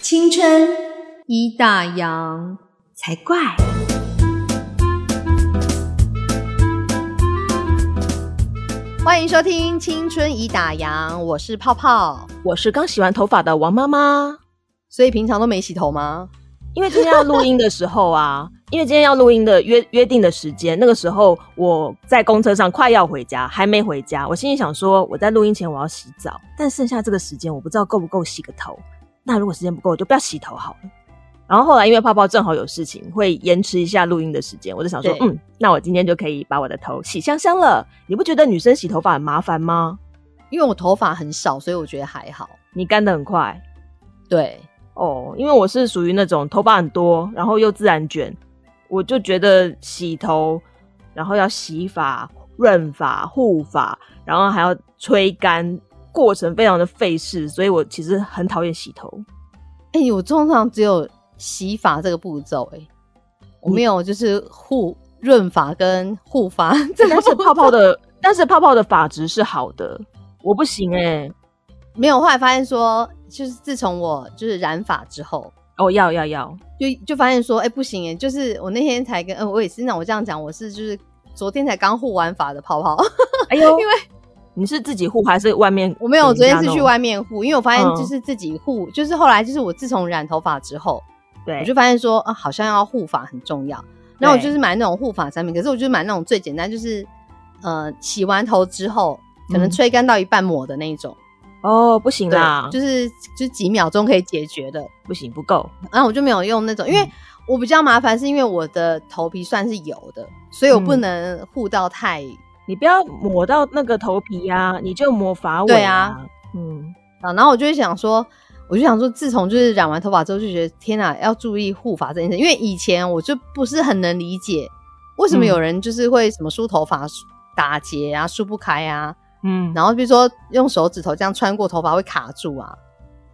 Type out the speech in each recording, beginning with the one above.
青春一大洋。才怪。欢迎收听《青春已打烊》，我是泡泡。我是刚洗完头发的王妈妈。所以平常都没洗头吗？因为今天要录音的时候啊， 因为今天要录音的约约定的时间，那个时候我在公车上快要回家，还没回家。我心里想说，我在录音前我要洗澡，但剩下这个时间我不知道够不够洗个头。那如果时间不够，我就不要洗头好了。然后后来因为泡泡正好有事情，会延迟一下录音的时间，我就想说，对嗯，那我今天就可以把我的头洗香香了。你不觉得女生洗头发很麻烦吗？因为我头发很少，所以我觉得还好。你干得很快，对，哦，因为我是属于那种头发很多，然后又自然卷，我就觉得洗头，然后要洗发、润发、护发，然后还要吹干，过程非常的费事，所以我其实很讨厌洗头。哎、我通常只有洗发这个步骤，哎，我没有就是护润发跟护发这 但个是泡泡的，但是泡泡的发质是好的，我不行哎、 没有。后来发现说，就是自从我就是染发之后，哦，要 要要，就就发现说，哎、不行哎，就是我那天才跟，呃，我也是，那我这样讲，我是就是昨天才刚护完发的泡 泡，哎呦，因为你是自己护还是外面给人家弄？我没有，我昨天是去外面护，因为我发现嗯就是自己护，就是后来就是我自从染头发之后，对，我就发现说啊，好像要护发很重要。然后我就是买那种护发产品，可是我就是买那种最简单，就是呃洗完头之后，可能嗯吹干到一半抹的那一种，哦，不行啦，就是就是几秒钟可以解决的。不行不够，然后我就没有用那种，因为嗯我比较麻烦，是因为我的头皮算是油的，所以我不嗯能护到太你不要抹到那个头皮啊，你就抹发尾、对啊啊。嗯，啊，然后我就会想说，我就想说，自从就是染完头发之后，就觉得天哪，要注意护发这件事，因为以前我就不是很能理解，为什么嗯有人就是会什么梳头发梳打结啊、梳不开啊，嗯，然后比如说用手指头这样穿过头发会卡住啊，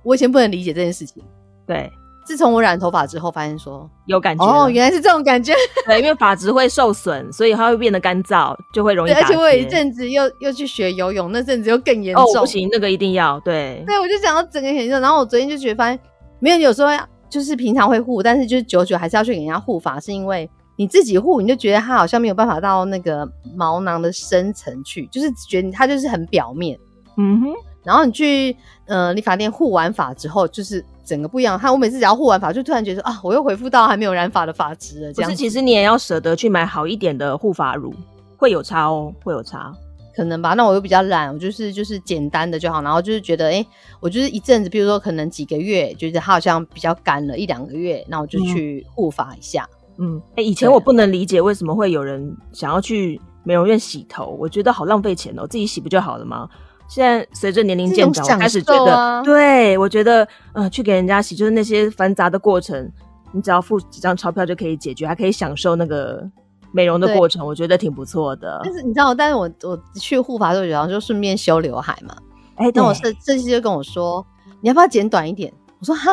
我以前不能理解这件事情。对，自从我染头发之后，发现说，有感觉了。哦，原来是这种感觉。对，因为发质会受损，所以它会变得干燥，就会容易对，打而结。且我有一阵子又又去学游泳，那阵子又更严重。哦，不行，那个一定要对。对，我就想到整个很热。然后我昨天就觉得发现，没有有时候就是平常会护，但是就是久久还是要去给人家护发，是因为你自己护，你就觉得它好像没有办法到那个毛囊的深层去，就是觉得它就是很表面。嗯哼，然后你去呃理发店护完发之后，就是整个不一样。它我每次只要护完发，就突然觉得啊，我又恢复到还没有染发的发质了。这不样是，子其实你也要舍得去买好一点的护发乳，会有差哦，会有差。可能吧。那我又比较懒，我就是就是简单的就好。然后就是觉得，哎、我就是一阵子，比如说可能几个月，觉得它好像比较干了一两个月，那我就嗯去护发一下。嗯，哎、以前对我不能理解为什么会有人想要去美容院洗头，我觉得好浪费钱哦，自己洗不就好了吗？现在随着年龄这渐种长，享我开始觉受得，啊对我觉得，呃，去给人家洗就是那些繁杂的过程，你只要付几张钞票就可以解决，还可以享受那个美容的对嗯过程，我觉得挺不错的。但是你知道，但是我我去护发的时候，然后就顺便修刘海嘛。哎、那我对设设计师就跟我说，你要不要剪短一点？我说哈，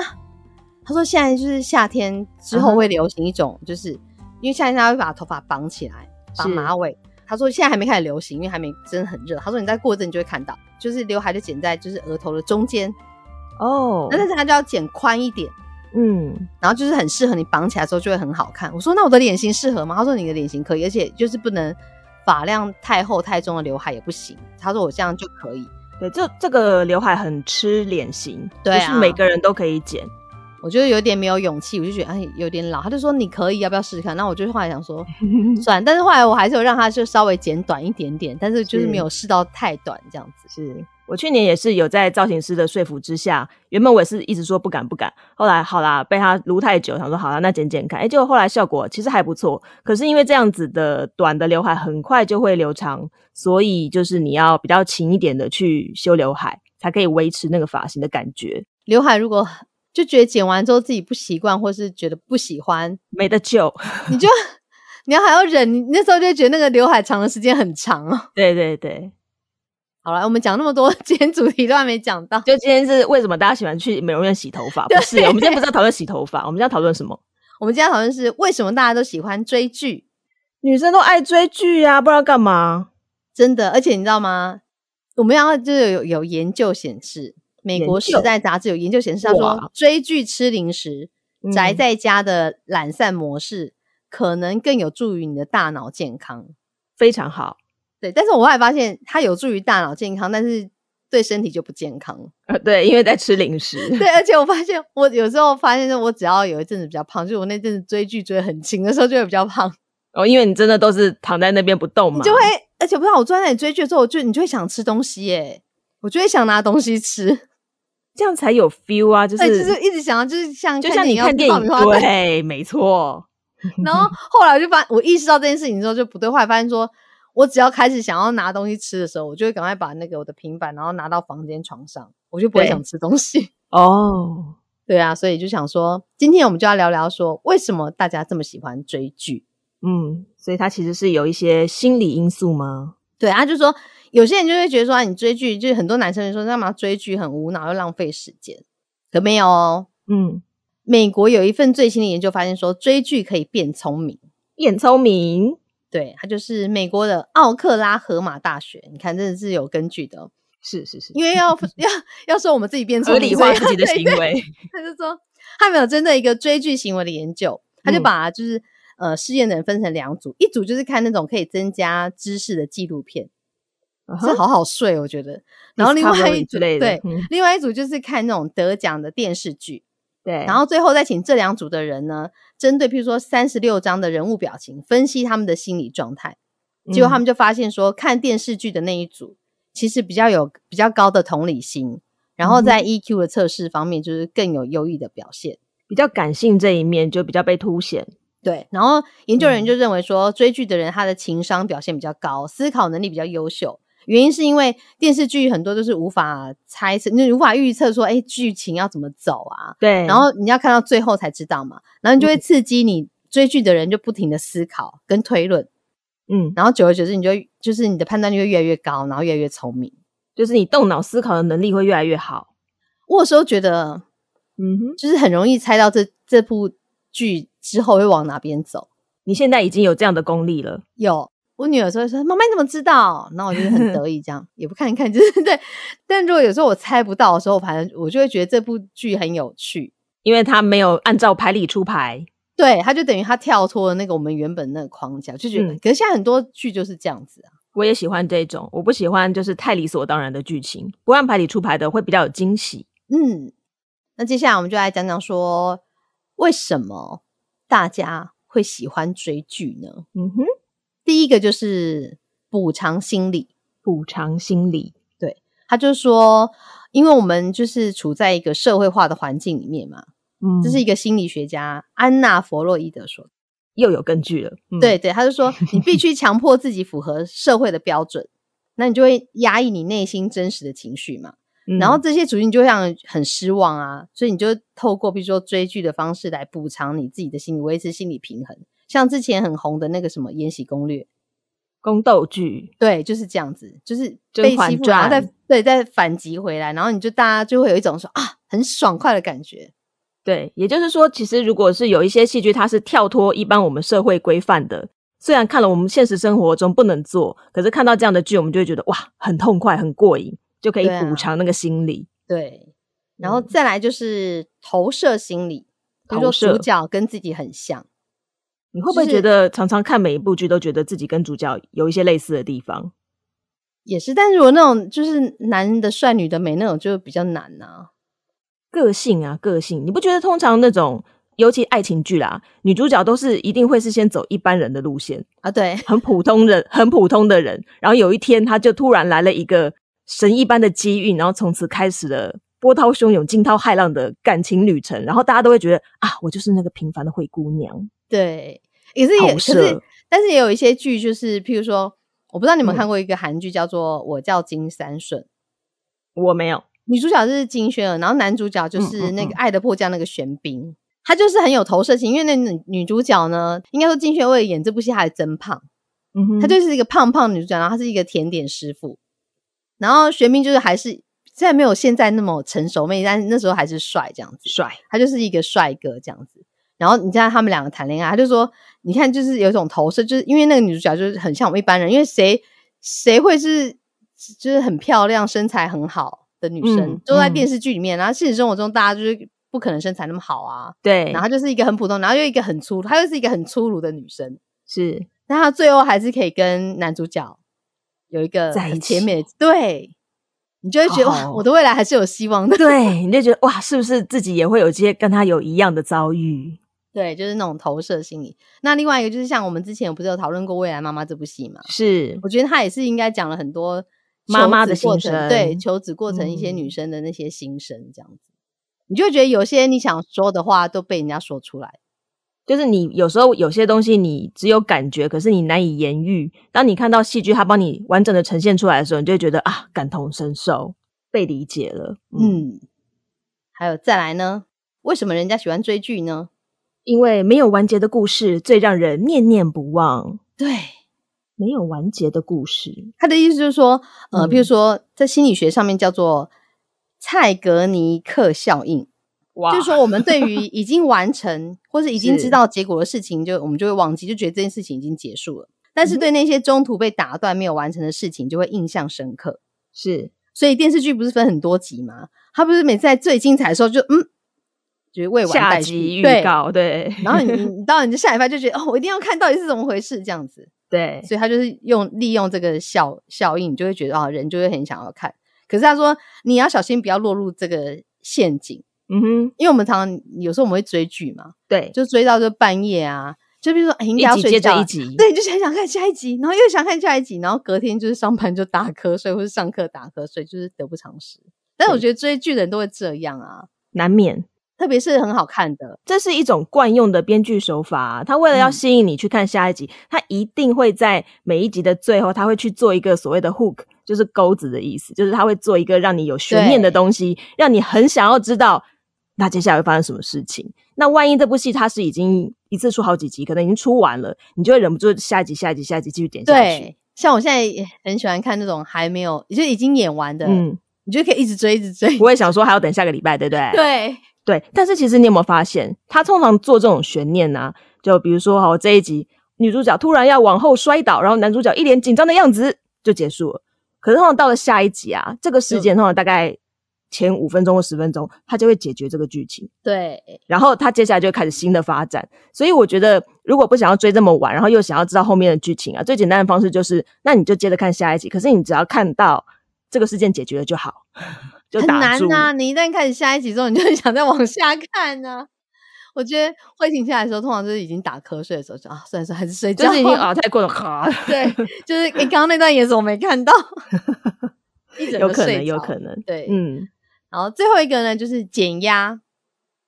他说现在就是夏天之嗯后哼会流行一种，就是因为夏天他会把头发绑起来，绑是马尾。他说现在还没开始流行，因为还没真的很热。他说你再过一阵你就会看到，就是刘海就剪在就是额头的中间，哦那，但是它就要剪宽一点，嗯，然后就是很适合你绑起来之后就会很好看。我说那我的脸型适合吗？他说你的脸型可以，而且就是不能发量太厚太重的刘海也不行。他说我这样就可以，对，这这个刘海很吃脸型，对啊不是每个人都可以 剪。我就有点没有勇气，我就觉得哎有点老。他就说你可以，要不要试试看？那我就后来想说算了，但是后来我还是有让他就稍微剪短一点点，但是就是是没有试到太短这样子。是我去年也是有在造型师的说服之下，原本我也是一直说不敢不敢，后来好啦，被他撸太久，想说好啦，那剪剪看，哎、结果后来效果其实还不错。可是因为这样子的短的刘海很快就会留长，所以就是你要比较勤一点的去修刘海，才可以维持那个发型的感觉，刘海如果就觉得剪完之后自己不习惯，或是觉得不喜欢，没得救。 你就你要还要忍，你那时候就觉得那个刘海长的时间很长哦。对对对，好了，我们讲那么多， 今天主题都还没讲到。就今天是为什么大家喜欢去美容院洗头发？不是，哦我们今天不是要讨论洗头发，我们今天要讨论什么？我们今天讨论是为什么大家都喜欢追剧，女生都爱追剧呀、不知道干嘛。真的，而且你知道吗？我们要就是有有研究显示，美国《研究时代》杂志有研究显示，他哇说追剧吃零食、嗯宅在家的懒散模式，可能更有助于你的大脑健康。非常好。对，但是我后来发现，它有助于大脑健康，但是对身体就不健康。呃，对，因为在吃零食。 对，而且我发现，我有时候发现，我只要有一阵子比较胖，就是我那阵子追剧追得很勤的时候，就会比较胖，哦，因为你真的都是躺在那边不动嘛，就会，而且不知道我坐在那里追剧之后，我就你就会想吃东西耶，我就会想拿东西吃，这样才有 feel 啊，就对，是就是一直想要，就是像就像你一样看电爆影，米花对对，没错， 然后后来我就发，我意识到这件事情之后就不对，后来发现说，我只要开始想要拿东西吃的时候，我就会赶快把那个我的平板，然后拿到房间床上，我就不会对想吃东西。 哦，对啊，所以就想说，今天我们就要聊聊说，为什么大家这么喜欢追剧？嗯，所以它其实是有一些心理因素吗？对啊，就说有些人就会觉得说，啊、你追剧，就是很多男生就说，干嘛追剧很无脑又浪费时间？可没有哦，嗯，美国有一份最新的研究发现说，追剧可以变聪明。变聪明，对，它就是美国的奥克拉荷马大学，你看真的是有根据的哦，是是是，因为 要要要说我们自己变聪合明理所化以自己 的对行对为，他就说他没有针对一个追剧行为的研究，他就嗯把就是、呃试验的人分成两组，一组就是看那种可以增加知识的纪录片，嗯 这哼好好睡我觉得，然后另外 Discovery 一组之类的，对，嗯另外一组就是看那种得奖的电视剧，对，然后最后再请这两组的人呢，针对譬如说三十六张的人物表情，分析他们的心理状态。结果他嗯们就发现说，看电视剧的那一组其实比较有比较高的同理心，然后嗯在 EQ 的测试方面就是更有优异的表现。比较感性这一面就比较被凸显，对，然后研究人员嗯就认为说，追剧的人他的情商表现比较高，思考能力比较优秀。原因是因为电视剧很多都是无法猜测，你无法预测说，哎，剧情要怎么走啊？对，然后你要看到最后才知道嘛，然后你就会刺激你追剧的人就不停的思考跟推论，嗯，然后久而久之，你就会就是你的判断力会越来越高，然后越来越聪明。就是你动脑思考的能力会越来越好，我有时候觉得，嗯哼，就是很容易猜到这这部剧之后会往哪边走。你现在已经有这样的功力了，有我女儿有时候会说：“妈妈你怎么知道？”然后我就很得意，这样也不看一看，就是对。但如果有时候我猜不到的时候，反正我就会觉得这部剧很有趣。因为他没有按照牌理出牌，对，它就等于它跳脱了那个我们原本那个框架，就觉得。嗯可是现在很多剧就是这样子啊。我也喜欢这种，我不喜欢就是太理所当然的剧情，不按牌理出牌的会比较有惊喜。嗯，那接下来我们就来讲讲说，为什么大家会喜欢追剧呢？嗯哼，第一个就是补偿心理，补偿心理，他就说，因为我们就是处在一个社会化的环境里面嘛，嗯这是一个心理学家安娜·弗洛伊德说的。又有根据了。嗯对，对，他就说，你必须强迫自己符合社会的标准，那你就会压抑你内心真实的情绪嘛。嗯然后这些主题你就会让人很失望啊，所以你就透过比如说追剧的方式来补偿你自己的心理，维持心理平衡。像之前很红的那个什么《延禧攻略》，宫斗剧，对，就是这样子，就是甄被嬛欺负，然后再传对再反击回来，然后你就大家就会有一种说啊很爽快的感觉，对，也就是说，其实如果是有一些戏剧，它是跳脱一般我们社会规范的，虽然看了我们现实生活中不能做，可是看到这样的剧，我们就会觉得哇，很痛快，很过瘾，就可以对啊补偿那个心理。对。然后嗯再来就是投射心理，比如说投射主角跟自己很像，你会不会就是觉得常常看每一部剧都觉得自己跟主角有一些类似的地方？也是。但是我那种就是男的帅，女的美那种就比较难啊呐、个性啊，个性，你不觉得通常那种，尤其爱情剧啦，女主角都是一定会是先走一般人的路线，啊，对，很普通人，很普通的人，然后有一天她就突然来了一个神一般的机遇，然后从此开始了波涛汹涌、惊涛骇浪的感情旅程，然后大家都会觉得啊，我就是那个平凡的灰姑娘，对，也是也投可是射，，但是也有一些剧，就是譬如说，我不知道你们嗯看过一个韩剧叫做《我叫金三顺》，我没有，女主角是金宣儿，然后男主角就嗯是嗯那个《嗯爱的迫降》那个玄彬，他就是很有投射性，因为那女女主角呢，应该说金宣儿为了演这部戏她还真胖，嗯哼她就是一个胖胖女主角，然后她是一个甜点师傅，然后玄彬就是还是。虽然没有现在那么成熟魅力，但是那时候还是帅这样子。帅，他就是一个帅哥这样子。然后你看他们两个谈恋爱，他就说，你看就是有一种投射，就是因为那个女主角就是很像我们一般人，因为谁谁会是就是很漂亮，身材很好，的女生，嗯就在嗯电视剧里面，然后现实生活中大家就是不可能身材那么好啊，对然，后她就是一个很普通，然后又一个很粗，她又是一个很粗鲁的女生，是但她最后还是可以跟男主角有一个在一很起前面的对，你就会觉得好好哇，哦我的未来还是有希 望的，对，你就觉得哇，是不是自己也会有一些跟他有一样的遭遇？对，就是那种投射心理。那另外一个就是像我们之前不是有讨论过《未来妈妈》这部戏嘛？是，我觉得她也是应该讲了很多妈求妈子的过心程声对求子过程一些女嗯生的那些心声，这样子，你就会觉得有些你想说的话都被人家说出来。就是你有时候有些东西你只有感觉，可是你难以言喻。当你看到戏剧它帮你完整的呈现出来的时候，你就会觉得啊，感同身受，被理解了。嗯，嗯，还有再来呢，为什么人家喜欢追剧呢？因为没有完结的故事最让人念念不忘。对，没有完结的故事，他的意思就是说，呃，比如嗯说在心理学上面叫做蔡格尼克效应。哇就是说，我们对于已经完成或是已经知是道结果的事情，就我们就会忘记，就觉得这件事情已经结束了。但是嗯对那些中途被打断、没有完成的事情，就会印象深刻。是所以电视剧不是分很多集吗？它不是每次在最精彩的时候就嗯，就是未完下待集续，预对。告，对，然 后你你你到你的下一拜就觉得哦，我一定要看到底是怎么回事这样子。对所以他就是用利用这个效效应，你就会觉得啊、人就会很想要看。可是他说你要小心，不要落入这个陷阱。嗯哼，因为我们常常有时候我们会追剧嘛，对，就追到就半夜啊，就比如说哎，你一要集睡接觉着了一，集，对，就是很想看下一集，然后又想看下一集，然后隔天就是上班就打瞌睡，或是上课打瞌睡，就是得不偿失。但我对觉得追剧的人都会这样啊，难免。特别是很好看的，这是一种惯用的编剧手法、啊他为了要嗯吸引你去看下一集，他一定会在每一集的最后，他会去做一个所谓的 hook，就是钩子的意思，就是他会做一个让你有悬念的东西，让你很想要知道那接下来会发生什么事情。那万一这部戏它是已经一次出好几集，可能已经出完了，你就会忍不住下一集、下一集、下一集继续点下去。对。像我现在也很喜欢看那种还没有，就已经演完的，嗯，你就可以一直追，一直追。不会想说还要等下个礼拜，对不对？对，对，但是其实你有没有发现，他通常做这种悬念啊，就比如说哦这一集女主角突然要往后摔倒，然后男主角一脸紧张的样子就结束了。可是通常到了下一集啊，这个事件通常大概前五分钟或十分钟，他就会解决这个剧情，对，然后他接下来就会开始新的发展。所以我觉得，如果不想要追这么晚，然后又想要知道后面的剧情啊，最简单的方式就是，那你就接着看下一集。可是你只要看到这个事件解决了就好， 就很打难住。呐、你一旦开始下一集之后，你就会想再往下看呢、我觉得会停下来的时候，通常就是已经打瞌睡的时候，就啊，算了算了，还是睡觉。就是已经啊，太过了，哈， 对，就是诶刚刚那段也是我没看到，一整有个可睡能，有着可能，对，嗯，然后最后一个呢，就是减压，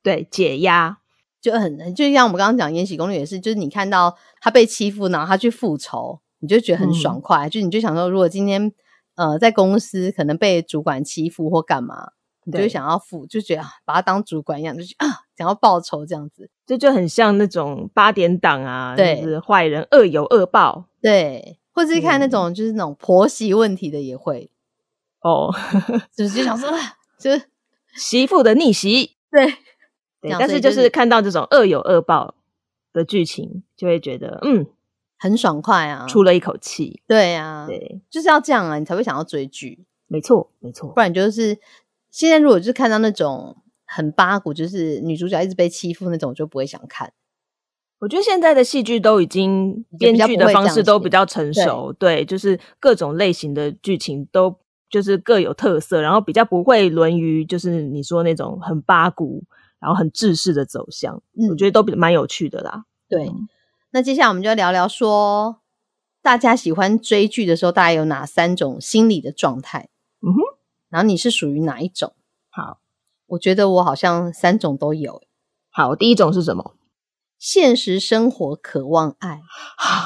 对，解压，就很就像我们刚刚讲《延禧攻略》也是，就是你看到他被欺负，然后他去复仇，你就觉得很嗯爽快，就你就想说，如果今天呃在公司可能被主管欺负或干嘛，你就会对想要复，就觉得、啊把他当主管一样，就是啊想要报仇这样子。这就很像那种八点档啊，对就是坏人恶有恶报对，或是看那嗯种就是那种婆媳问题的也会，哦， 就是就想说，啊就是媳妇的逆袭，对这对，样但所以是就就是是看到这种恶有恶报的剧情，就会觉得嗯，很爽快啊，出了一口气，对啊，对，就是要这样啊，你才会想要追剧，没错，没错不，然就是现在如果就是看到那种很八股，就是女主角一直被欺负那种，我就不会想看。我觉得现在的戏剧都已经也比编较剧不的会方这样式都写比较成熟，对，就是各种类型的剧情都就是各有特色，然后比较不会沦于就是你说那种很八股，然后很制式的走向，嗯我觉得都比蛮有趣的啦。对，嗯那接下来我们就要聊聊说，大家喜欢追剧的时候，大概有哪三种心理的状态？嗯哼，然后你是属于哪一种？好，我觉得我好像三种都有、欸好，第一种是什么？现实生活渴望爱，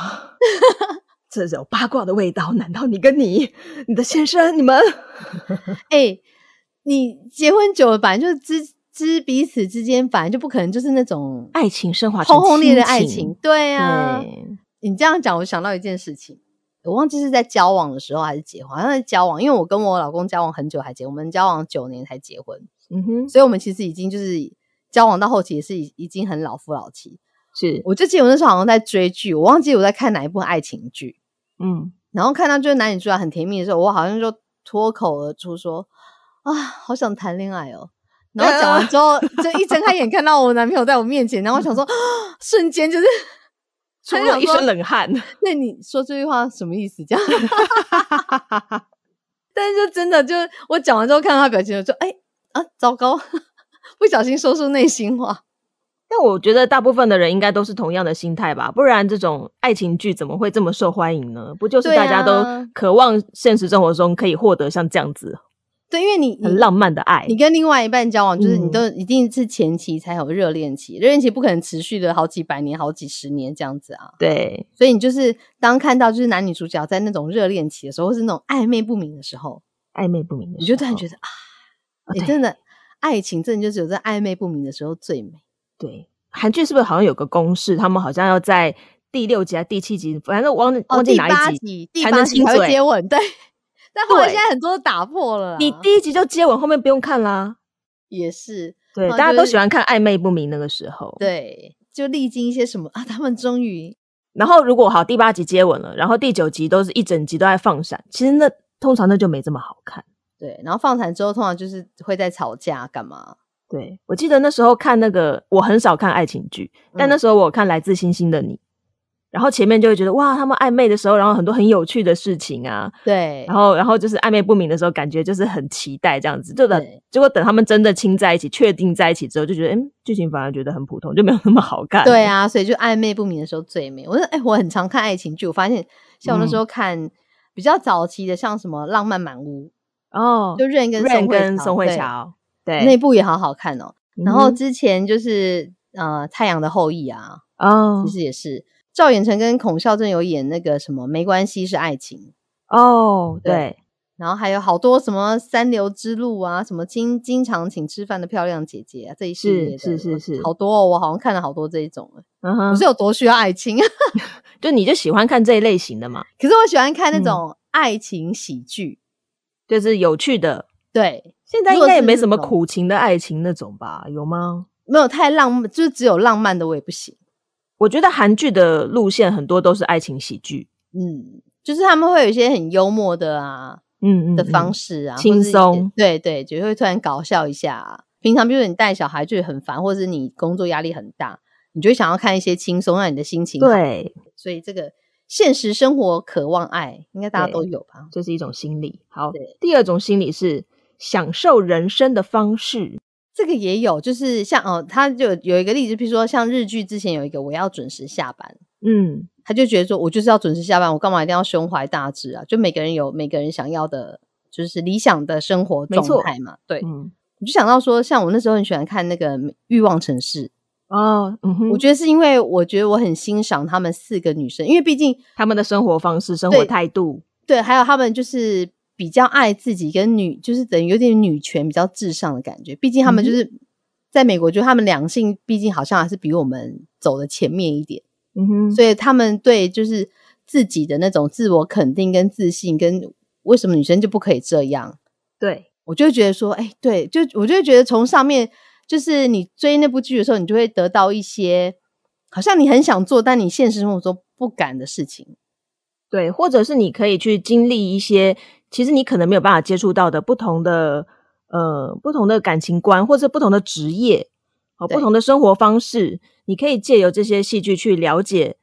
这是有八卦的味道，难道你跟你、你的先生、你们？哎、你结婚久了，反正就是知知彼此之间，反正就不可能就是那种爱情升华成轰轰烈烈的爱亲情，对啊。对你这样讲，我想到一件事情，我忘记是在交往的时候还是结婚，好像在交往，因为我跟我老公交往很久才结，我们交往九年才结婚，嗯哼，所以我们其实已经就是交往到后期也是已已经很老夫老妻。是，我就记得我那时候好像在追剧，我忘记我在看哪一部爱情剧，嗯，然后看到就是男女主角很甜蜜的时候，我好像就脱口而出说：“啊，好想谈恋爱哦。然后讲完之 后，就一睁开眼看到我男朋友在我面前，然后我想说， 瞬间就是出了一身冷汗。那你说这句话什么意思？这样， 但是就真的就我讲完之后看到他表情，我就哎、啊，糟糕， 不小心说出内心话。但我觉得大部分的人应该都是同样的心态吧，不然这种爱情剧怎么会这么受欢迎呢？不就是对大家都啊渴望现实生活中可以获得像这样子对，因为你很你浪漫的爱？你跟另外一半交往，就是你嗯都一定是前期才有热恋期，热恋期不可能持续的好几百年、好几十年这样子啊。对，所以你就是当看到就是男女主角在那种热恋期的时候，或是那种暧昧不明的时候，暧昧不明的时候，你就突然觉得啊，嗯啊你、对真的爱情真的就只有在暧昧不明的时候最美。对，韩剧是不是好像有个公式，他们好像要在第六集还是第七集，反正我忘记、哦，忘记第哪八一集，集，第才八能集亲才会嘴接吻，对。但后来对现在很多都打破了啦，你第一集就接吻，后面不用看哦啦。也是对，哦大家就都是喜欢看暧昧不明那个时候。，对，就历经一些什么啊，他们终于然后如果好第八集接吻了，然后第九集都是一整集都在放闪，其实那通常那就没这么好看。对，然后放产之后通常就是会在吵架干嘛？对，我记得那时候看那个，我很少看爱情剧，但嗯那时候我看《来自星星的你》，然后前面就会觉得哇，他们暧昧的时候，然后很多很有趣的事情啊，对，然后然后就是暧昧不明的时候，感觉就是很期待这样子，就等对结果等他们真的亲在一起，确定在一起之后，就觉得嗯，剧情反而觉得很普通，就没有那么好看。对，啊，所以就暧昧不明的时候最美。我说，哎、我很常看爱情剧，我发现像我嗯那时候看比较早期的，像什么《浪漫满屋哦》，就任跟 Rain 宋慧跟乔宋慧对乔，那对，部也好好看哦。然后嗯之前就是呃，《太阳的后裔》啊，哦其实也是赵寅成跟孔孝真有演那个什么《没关系是爱情》，哦，对对，然后还有好多什么三流之路啊，什么经经常请吃饭的漂亮姐姐啊，这一系是列的是是是好多哦，我好像看了好多这一种了，嗯我哼是，有多需要爱情啊？就你就喜欢看这一类型的嘛，可是我喜欢看嗯那种爱情喜剧，就是有趣的。对，现在如应果该也是没这什么种苦情的爱情那种吧，有吗？没有太浪漫，就是只有浪漫的我也不行，我觉得韩剧的路线很多都是爱情喜剧，嗯，就是他们会有一些很幽默的啊嗯嗯的方式，式啊，轻或是一些松，对对，就会突然搞笑一下、啊。平常比如说你带小孩就很烦，或者是你工作压力很大，你就会想要看一些轻松让你的心情好对，所以这个现实生活渴望爱，应该大家都对有吧？这是一种心理。好对，第二种心理是享受人生的方式。这个也有，就是像哦，他就有有一个例子，譬如说像日剧之前有一个我要准时下班，嗯，他就觉得说我就是要准时下班，我干嘛一定要胸怀大志啊？就每个人有每个人想要的，就是理想的生活没错状态嘛。对，嗯，我就想到说，像我那时候很喜欢看那个《欲望城市》，哦，嗯哼，我觉得是因为我觉得我很欣赏她们四个女生，因为毕竟他们的生活方式、生活对态度，对，还有他们就是比较爱自己，跟女就是等于有点女权比较至上的感觉。毕竟他们嗯哼就是、在美国，就他们两性毕竟好像还是比我们走的前面一点，嗯哼，所以他们对就是自己的那种自我肯定跟自信，跟为什么女生就不可以这样，对，我就会觉得说，哎、对，就我就会觉得从上面就是你追那部剧的时候，你就会得到一些好像你很想做，但你现实生活中不敢的事情。对，或者是你可以去经历一些，其实你可能没有办法接触到的不同的呃不同的感情观，或者不同的职业，哦，对不同的生活方式，你可以借由这些戏剧去了解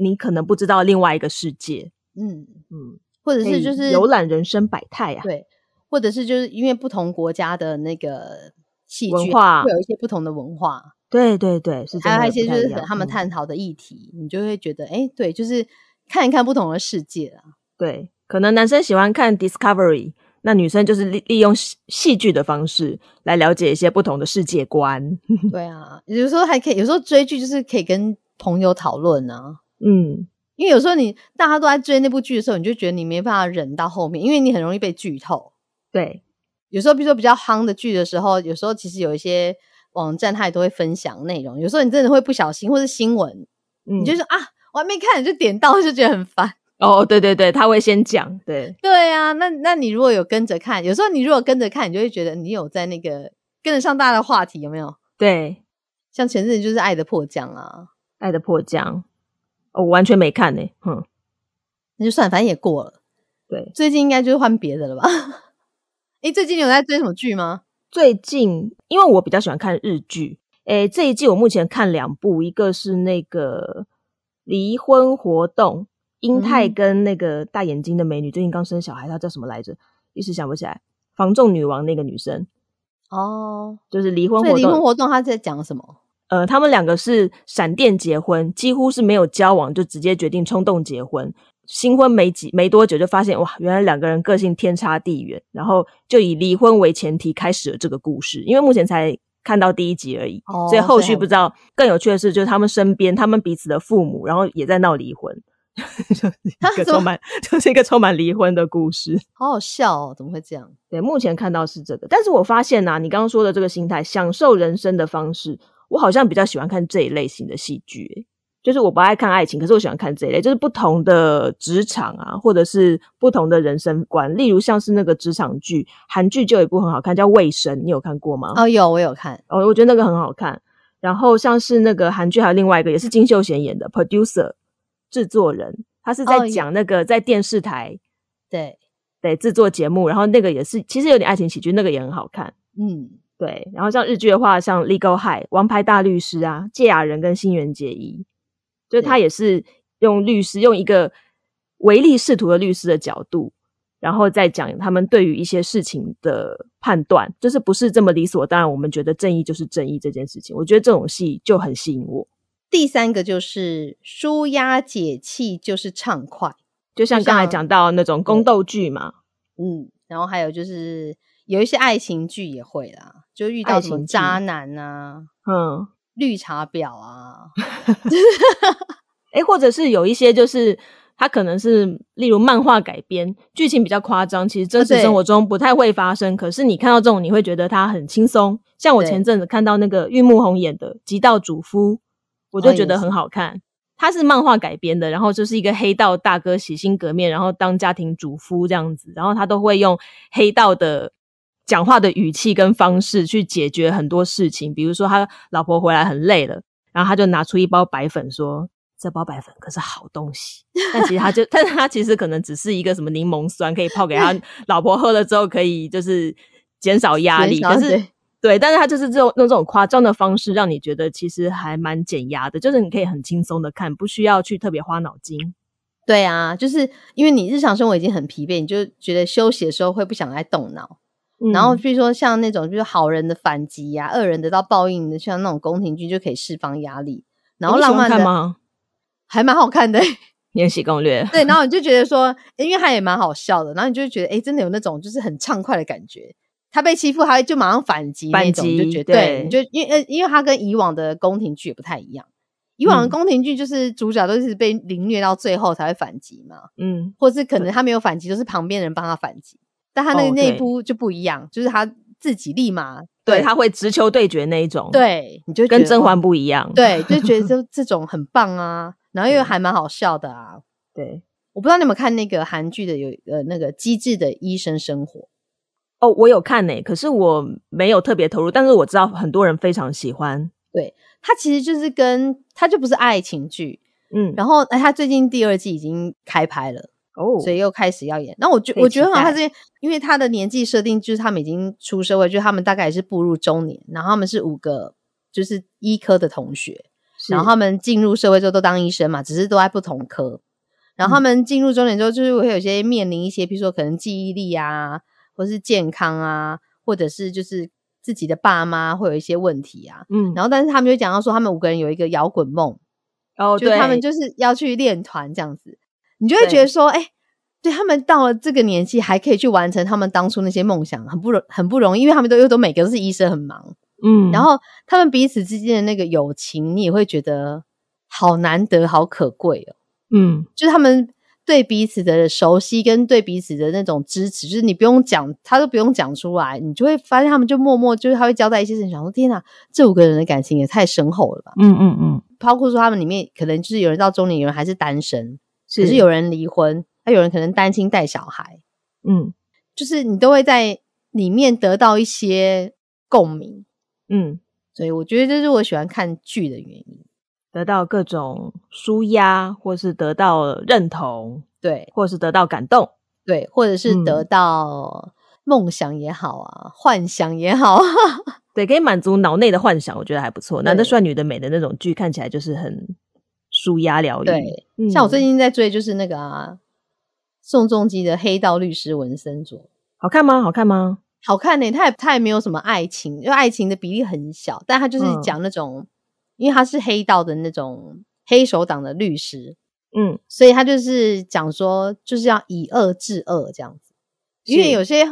你可能不知道另外一个世界，嗯，嗯，或者可是以就是浏览人生百态啊，对，或者是就是因为不同国家的那个戏剧文化会有一些不同的文化，对对对，啊是真还有一的不些就太是样很他们嗯探讨的议题，你就会觉得哎、诶对，就是看一看不同的世界 啊。对，可能男生喜欢看 Discovery，那女生就是利利用戏戏剧的方式来了解一些不同的世界观。对啊，有时候还可以，有时候追剧就是可以跟朋友讨论啊。嗯，因为有时候你大家都在追那部剧的时候，你就觉得你没办法忍到后面，因为你很容易被剧透。对，有时候，比如说比较夯的剧的时候，有时候其实有一些网站它也都会分享内容。有时候你真的会不小心，或是新闻，嗯，你就说啊，我还没看，你就点到，就觉得很烦。 哦，对对对，他会先讲，对对啊，那那你如果有跟着看，有时候你如果跟着看，你就会觉得你有在那个跟得上大家的话题，有没有？对，像前阵子就是《爱的迫降》啊， 《爱的迫降》哦，我完全没看呢、哼，那就算，反正也过了。对， 最近应该就是换别的了吧？哎，最近你有在追什么剧吗？最近因为我比较喜欢看日剧，诶，这一季我目前看两部，一个是那个《离婚活动》，英泰嗯跟那个大眼睛的美女最近刚生小孩，她叫什么来着？一时想不起来。防仲女王那个女生哦，就是离婚所活以离婚动，活动他在讲什么？呃，他们两个是闪电结婚，几乎是没有交往就直接决定冲动结婚。新婚没几没多久就发现哇，原来两个人个性天差地远，然后就以离婚为前提开始了这个故事。因为目前才看到第一集而已，哦所以后续还不知道。更有趣的是，就是他们身边他们彼此的父母，然后也在闹离婚， 就是一个 什么充满 就是一个充满离婚的故事。好好笑哦，怎么会这样？对，目前看到是这个，但是我发现啊呐、你刚刚说的这个心态，享受人生的方式，我好像比较喜欢看这一类型的戏剧、欸就是我不爱看爱情，可是我喜欢看这一类，就是不同的职场啊，或者是不同的人生观，例如像是那个职场剧，韩剧就有一部很好看，叫《卫生》，你有看过吗？哦，有我有看，哦，我觉得那个很好看。然后像是那个韩剧，还有另外一个也是金秀贤演的 producer 制作人，他是哦在有讲那个在电视台对，对制作节目，然后那个也是其实有点爱情喜剧，那个也很好看。嗯，对，然后像日剧的话，像《Legal High》《王牌大律师》啊，芥雅人跟新垣结衣，就是他对也是用律师用一个唯利是图的律师的角度，然后再讲他们对于一些事情的判断，就是不是这么理所当然，我们觉得正义就是正义这件事情，我觉得这种戏就很吸引我。第三个就是舒压解气，就是畅快，就像刚才像讲到那种宫对斗剧嘛，嗯，然后还有就是有一些爱情剧也会啦，就遇到爱什么情剧渣男啊、嗯，绿茶婊啊，诶，或者是有一些就是它可能是例如漫画改编，剧情比较夸张，其实真啊实生活对中不太会发生。可是你看到这种，你会觉得它很轻松。像我前对阵子看到那个玉木宏演的《极道主夫》，我就哦觉也得是很好看。它是漫画改编的，然后就是一个黑道大哥洗心革面，然后当家庭主夫这样子，然后他都会用黑道的讲话的语气跟方式去解决很多事情，比如说他老婆回来很累了，然后他就拿出一包白粉说：“这包白粉可是好东西。”但其实他就， 但是他其实可能只是一个什么柠檬酸，可以泡 给他老婆喝了之后，可以就是减少压减力。少可是对啊对，但是他就是这种用这种夸张的方式，让你觉得其实还蛮减压的，就是你可以很轻松的看，不需要去特别花脑筋。对啊，就是因为你日常生活已经很疲惫，你就觉得休息的时候会不想再动脑。然后嗯比如说像那种就是好人的反击呀、恶人得到报应的，像那种宫廷剧就可以释放压力。然后哦你喜浪漫欢看的吗？还蛮好看的、 《延禧攻略》对，然后你就觉得说，诶因为他也蛮好笑的，然后你就觉得，哎、真的有那种就是很畅快的感觉。他被欺负，他就马上反击那反种，你就击觉得对对，你就因为呃因为他跟以往的宫廷剧也不太一样，以往的嗯宫廷剧就是主角都是被凌虐到最后才会反击嘛，嗯，或是可对能他没有反击，就是旁边人帮他反击，但他那哦个那一对部就不一样，就是他自己立马对，他会直球对决那一种，，对，你就觉跟得甄哇 嬛不一样。 对，就觉得这这种很棒啊，然后又还蛮好笑的啊，对，我不知道你有没有看那个韩剧的有呃那个《机智的医生生活》，哦，我有看呢、可是我没有特别投入，但是我知道很多人非常喜欢。它其实就是跟它就不是爱情剧，嗯，然后哎，它最近第二季已经开拍了，哦所以又开始要演。那我觉可以我觉得期好像它待是因为他的年纪设定就是他们已经出社会，就是他们大概也是步入中年，然后他们是五个就是医科的同学，是然后他们进入社会之后都当医生嘛，只是都在不同科。然嗯后他们进入中年之后，就是会有一些面临一些，比如说可能记忆力啊，或是健康啊，或者是就是自己的爸妈会有一些问题啊。嗯，然后，但是他们就讲到说，他们五个人有一个摇滚梦，后哦，就是对，他们就是要去练团这样子，你就会对觉得说，哎、对他们到了这个年纪还可以去完成他们当初那些梦想，很不容很不容易，因为他们都又都每个都是医生，很忙。嗯，然后他们彼此之间的那个友情，你也会觉得好难得、好可贵哦。嗯，就是他们对彼此的熟悉跟对彼此的那种支持，就是你不用讲，他都不用讲出来，你就会发现他们就默默就是他会交代一些事情，想说天哪，这五个人的感情也太深厚了吧。嗯嗯嗯，包括说他们里面可能就是有人到中年，有人还是单身，是可是有人离婚，还有人可能单亲带小孩，嗯就是你都会在里面得到一些共鸣。嗯，所以我觉得这是我喜欢看剧的原因。得到各种舒压，或是得到认同，对或是得到感动。对，或者是得嗯到梦想也好啊，幻想也好啊，对，可以满足脑内的幻想，我觉得还不错。男的对帅，女的美的那种剧，看起来就是很舒压疗愈。对嗯像我最近在追就是那个啊，宋仲基的《黑道律师文森佐》，好看吗？好看吗？好看呢、他也他也没有什么爱情，因为爱情的比例很小，但他就是嗯讲那种，因为他是黑道的那种黑手党的律师，嗯，所以他就是讲说就是要以恶制恶这样子，因为是有些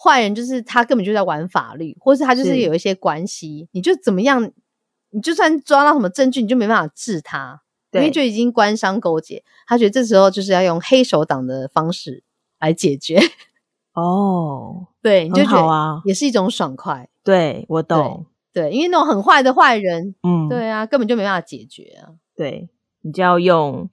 坏人就是他根本就在玩法律，或是他就是是有一些关系，你就怎么样，你就算抓到什么证据，你就没办法治他，因为对，就已经官商勾结，他觉得这时候就是要用黑手党的方式来解决，哦，对，你就很觉好得啊。也是一种爽快。对，我懂。对，因为那种很坏的坏人，嗯，对啊，根本就没办法解决啊。对，你就要用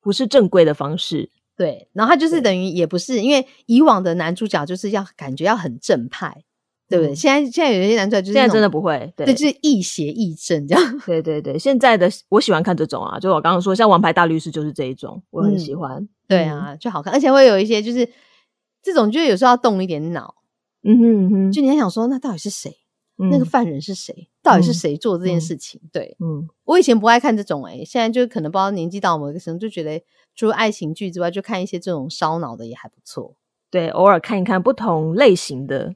不是正规的方式。对，然后他就是对等于也不是，因为以往的男主角就是要感觉要很正派，对不对？嗯现在现在有些男主角就是现在那种真的不会，对对，就是亦邪亦正这样。对对对，现在的我喜欢看这种啊，就我刚刚说，像《王牌大律师》就是这一种，我很喜欢。对嗯啊，就好看，而且会有一些就是这种，就是有时候要动一点脑，嗯哼嗯哼，就你很想说，那到底是谁？嗯那个犯人是谁？到底是嗯谁做这件嗯事情？对嗯，我以前不爱看这种、欸，现在就可能不知道年纪到某一个程度，就觉得除了爱情剧之外，就看一些这种烧脑的也还不错。对，偶尔看一看不同类型的，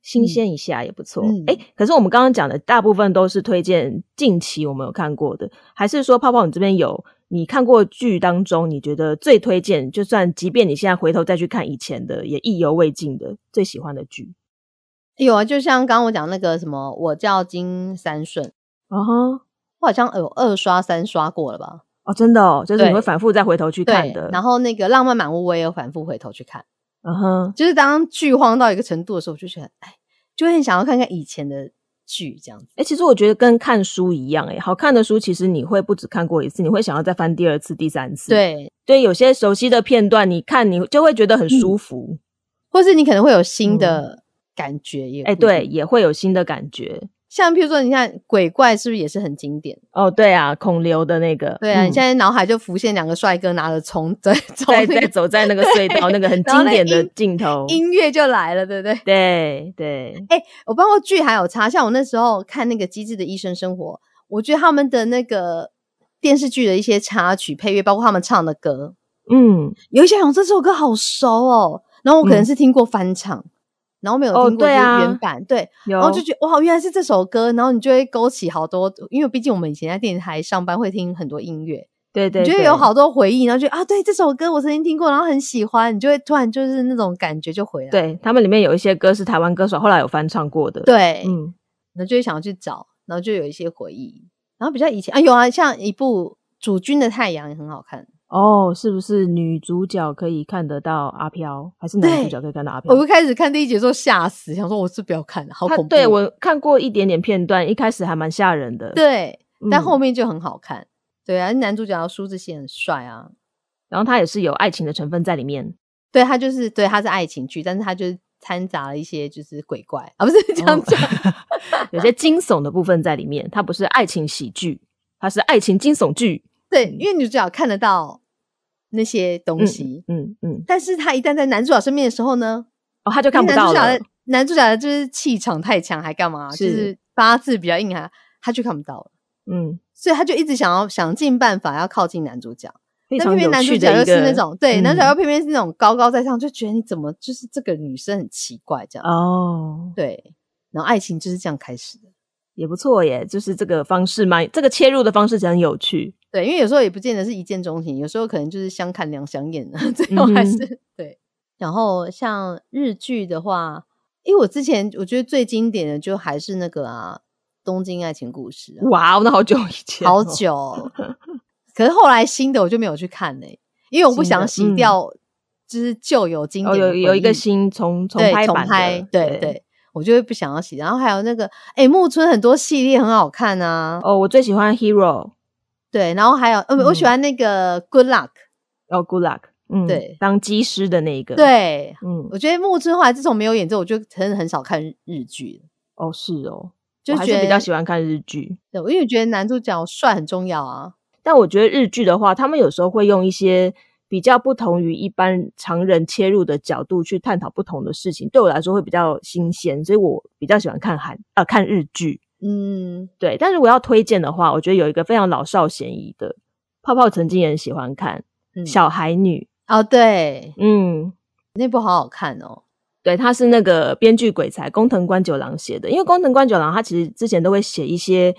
新鲜一下也不错。嗯哎、可是我们刚刚讲的大部分都是推荐近期我们有看过的，还是说泡泡你这边有你看过剧当中你觉得最推荐，就算即便你现在回头再去看以前的，也意犹未尽的最喜欢的剧？有啊，就像刚刚我讲那个什么，我叫金三顺，啊哈，我好像有二刷三刷过了吧？哦，真的哦，就是你对会反复再回头去看对的。，然后那个《浪漫满屋》我也有反复回头去看，嗯哼，就是当剧荒到一个程度的时候，我就觉得哎，就会很想要看看以前的剧这样子。哎、其实我觉得跟看书一样、诶哎，好看的书其实你会不止看过一次，你会想要再翻第二次、第三次。，对，对，有些熟悉的片段，你看你就会觉嗯得很舒服。或是你可能会有新的感觉也，嗯哎、对，，也会有新的感觉。像譬如说，你看鬼怪是不是也是很经典？哦，对啊，孔刘的那个，对啊，你嗯现在脑海就浮现两个帅哥拿着葱在从在那在个走在那个隧道，那个很然后经那典的音镜头。音哎乐就来了，对不对？对对，我包括剧还有差，像我那时候看那个《机智的医生生活》，我觉得他们的那个电视剧的一些插曲配乐，包括他们唱的歌，嗯，有一些想这首歌好熟哦，然后我可能是听过翻唱，然后没有哦听过就是对啊哦原版，对，有，哦然后就觉得哇，原来是这首歌，然后你就会勾起好多，因为毕竟我们以前在电台上班会听很多音乐，对对，你就会对有好多回忆，然后就啊，对这首歌我曾经听过，然后很喜欢，你就会突然就是那种感觉就回来，对他们里面有一些歌是台湾歌手后来有翻唱过的。，对，嗯，然后就会想要去找，然后就有一些回忆。然后比较以前啊，有啊，像一部《主君的太阳》也很好看，哦，是不是女主角可以看得到阿飘，还是男主对角可以看到阿飘我？一开始看第一集的时候吓死，想说我是不要看了，好嗯他恐怖。哦对我看过一点点片段，一开始还蛮吓人的。，对，但嗯后面就很好看。对啊，男主角苏志燮很帅啊。然后他也是有爱情的成分在里面。对他就是对他是爱情剧，但是他就是掺杂了一些就是鬼怪啊，不是 嗯这样 讲。哦有些惊悚的部分在里面，它不是爱情喜剧，它是爱情惊悚剧。对，因为女主角看得到那些东西，嗯嗯嗯，但是她一旦在男主角身边的时候呢，哦，他就看因不为到男主了角的。男主角的就是气场太强，还干嘛？是就是八字比较硬啊，他就看不到了，嗯，所以他就一直想要想尽办法要靠近男主角，非但常偏偏有男主趣角的又一是个那种对，嗯男主角又偏偏是那种高高在上，就觉得你怎么就是这个女生很奇怪这样，哦，对，然后爱情就是这样开始的，也不错耶，就是这个方式蛮，这个切入的方式很有趣。对，因为有时候也不见得是一见钟情，有时候可能就是相看两相厌啊， 最嗯后还是、对。然后像日剧的话，因为我之前我觉得最经典的就还是那个啊，《东京爱情故事》啊，哇，那好久以前、好，久哦、可是后来新的我就没有去看呢、因为我不新想的洗嗯掉，就是旧有经哦，典的有回忆、有一个新重重对拍重版拍的，，对对。我就会不想要洗，然后还有那个，哎、木村很多系列很好看啊，哦，我最喜欢 Hero，对，然后还有，呃，我喜嗯欢那个 Good Luck，哦，Good luck，嗯，对当机师的那一个，，对，嗯，我觉得木村后来自从没有演之后，我就很很少看日日剧了，哦，是哦，就我还觉是得比较喜欢看日剧。对，因为我觉得男主角帅很重要啊。但我觉得日剧的话，他们有时候会用一些比较不同于一般常人切入的角度去探讨不同的事情，对我来说会比较新鲜，所以我比较喜欢看韩呃看日剧。嗯，对，但如果要推荐的话，我觉得有一个非常老少咸宜的，泡泡曾经也很喜欢看《嗯小孩女哦，对》，，嗯，那部好好看哦。对，他是那个编剧鬼才工藤官九郎写的，因为工藤官九郎他其实之前都会写一些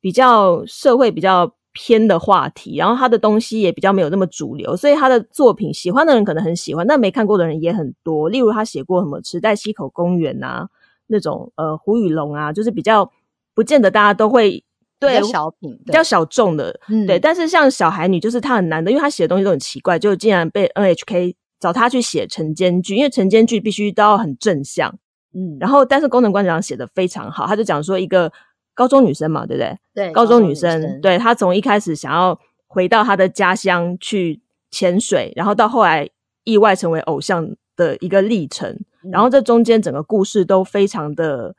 比较社会比较偏的话题，然后他的东西也比较没有那么主流，所以他的作品喜欢的人可能很喜欢，但没看过的人也很多。例如他写过什么《池袋西口公园》啊，那种呃胡与龙啊，就是比较不见得大家都会对比较小品，比较小众的嗯对，但是像小孩女，就是她很难的，因为她写的东西都很奇怪，就竟然被 NHK 找她去写晨间剧，因为晨间剧必须都要很正向。嗯，然后，但是工藤官长写的非常好，他就讲说一个高中女生嘛，对不对？对高中女生生，，对她从一开始想要回到她的家乡去潜水，然后到后来意外成为偶像的一个历程，嗯然后这中间整个故事都非常的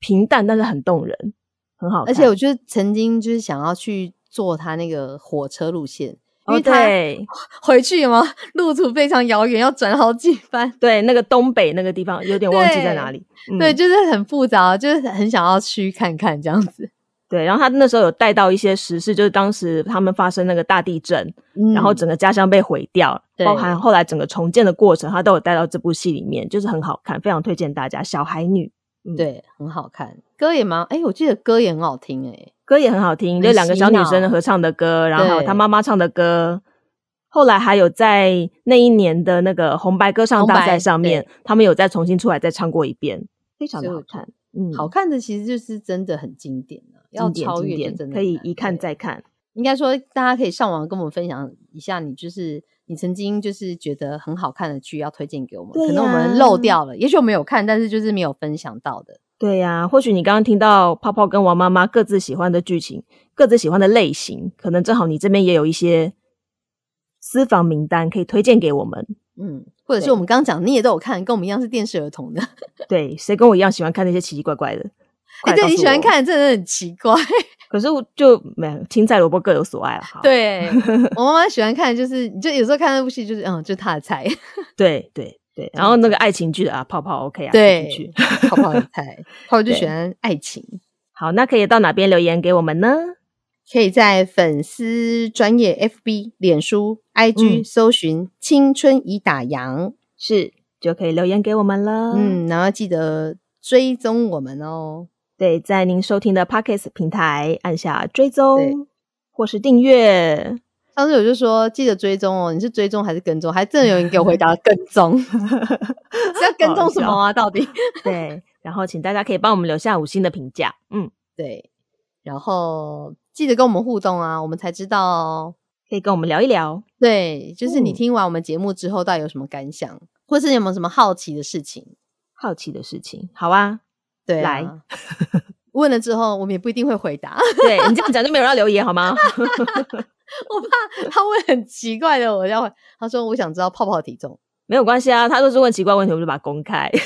平淡，但是很动人，很好看。哦而且我就是曾经就是想要去坐他那个火车路线，因哦为他对回去有没有路途非常遥远，要转好几班。对，那个东北那个地方有点忘记在对哪里。嗯对，就是很复杂，就是很想要去看看这样子。对，然后他那时候有带到一些时事，就是当时他们发生那个大地震，然后嗯整个家乡被毁掉，对包含后来整个重建的过程，他都有带到这部戏里面，就是很好看，非常推荐大家。小孩女对很好看，歌也蛮哎、我记得歌也很好听哎、歌也很好听，就很两个洗小女脑生合唱的歌，然后还有对她妈妈唱的歌。后来还有在那一年的那个红白歌唱红大白赛上面，他们有再重新出来再唱过一遍，非常的所以好我看。嗯，好看的其实就是真的很经典啊，要经典超经越就典真的可以很难一看对再看。应该说，大家可以上网跟我们分享一下，你就是你曾经就是觉得很好看的剧，要推荐给我们。对可能我们呀漏掉了，也许我们有看，但是就是没有分享到的。对呀、或许你刚刚听到泡泡跟王妈妈各自喜欢的剧情、各自喜欢的类型，可能正好你这边也有一些私房名单可以推荐给我们。嗯，或者是对我们刚刚讲，你也都有看，跟我们一样是电视儿童的。 对，谁跟我一样喜欢看那些奇奇怪怪的？哎、快来对，你告诉喜欢我，看，真的很奇怪。可是我就没有青菜萝卜各有所爱了。啊好对我妈妈喜欢看，就是你就有时候看那部戏，就是嗯，就她的菜，对对对，然后那个爱情剧的啊，泡泡 OK 啊，爱对情剧，泡泡的菜，泡泡就对喜欢爱情。好，那可以到哪边留言给我们呢？可以在粉丝专业 FB、脸书、IG、嗯搜寻“青春已打烊”。是就可以留言给我们了。嗯，然后记得追踪我们哦。对，在您收听的 Podcast 平台按下追踪对或是订阅。上次我就说记得追踪哦，你是追踪还是跟踪？还真的有人给我回答跟踪， 是要跟踪什么啊？到底？ 对，然后请大家可以帮我们留下五星的评价。嗯，对，然后记得跟我们互动啊，我们才知道哦。可以跟我们聊一聊。对，就是你嗯听完我们节目之后，到底有什么感想，或是有没有什么好奇的事情？好奇的事情，好啊，对、啊，来问了之后，我们也不一定会回答， 对你这样讲就没有人要留言好吗？ 我怕他问很奇怪的，我要回他说我想知道泡泡体重。 没有关系啊，他都是问奇怪问题，我们就把它公开。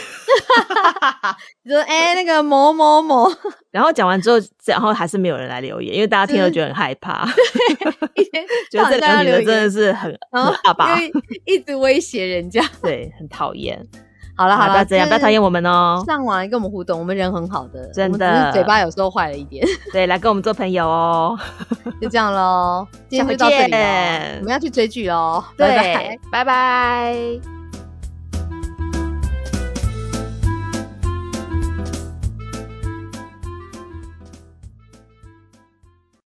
你说哎、那个某某某，然后讲完之后，然后还是没有人来留言，因为大家听了觉得很害怕， 一天觉得这两个女留的言真的是很然很后阿 爸，因为一直威胁人家。对，很讨厌。好了好好不了，要这样，不要讨厌我们哦就是。上网来跟我们互动，我们人很好的，真的我们只是嘴巴有时候坏了一点，对，来跟我们做朋友哦。就这样 喽。今天就到这里下回见了，我们要去追剧喽，拜拜对。，拜拜。